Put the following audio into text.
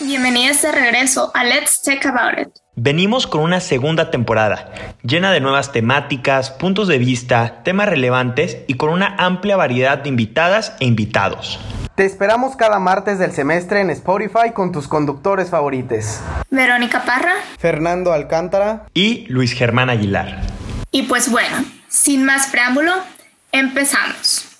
bienvenidas de regreso a Let's Talk About It. Venimos con una segunda temporada, llena de nuevas temáticas, puntos de vista, temas relevantes y con una amplia variedad de invitadas e invitados. Te esperamos cada martes del semestre en Spotify con tus conductores favorites. Verónica Parra. Fernando Alcántara. Y Luis Germán Aguilar. Y pues bueno, sin más preámbulo, empezamos.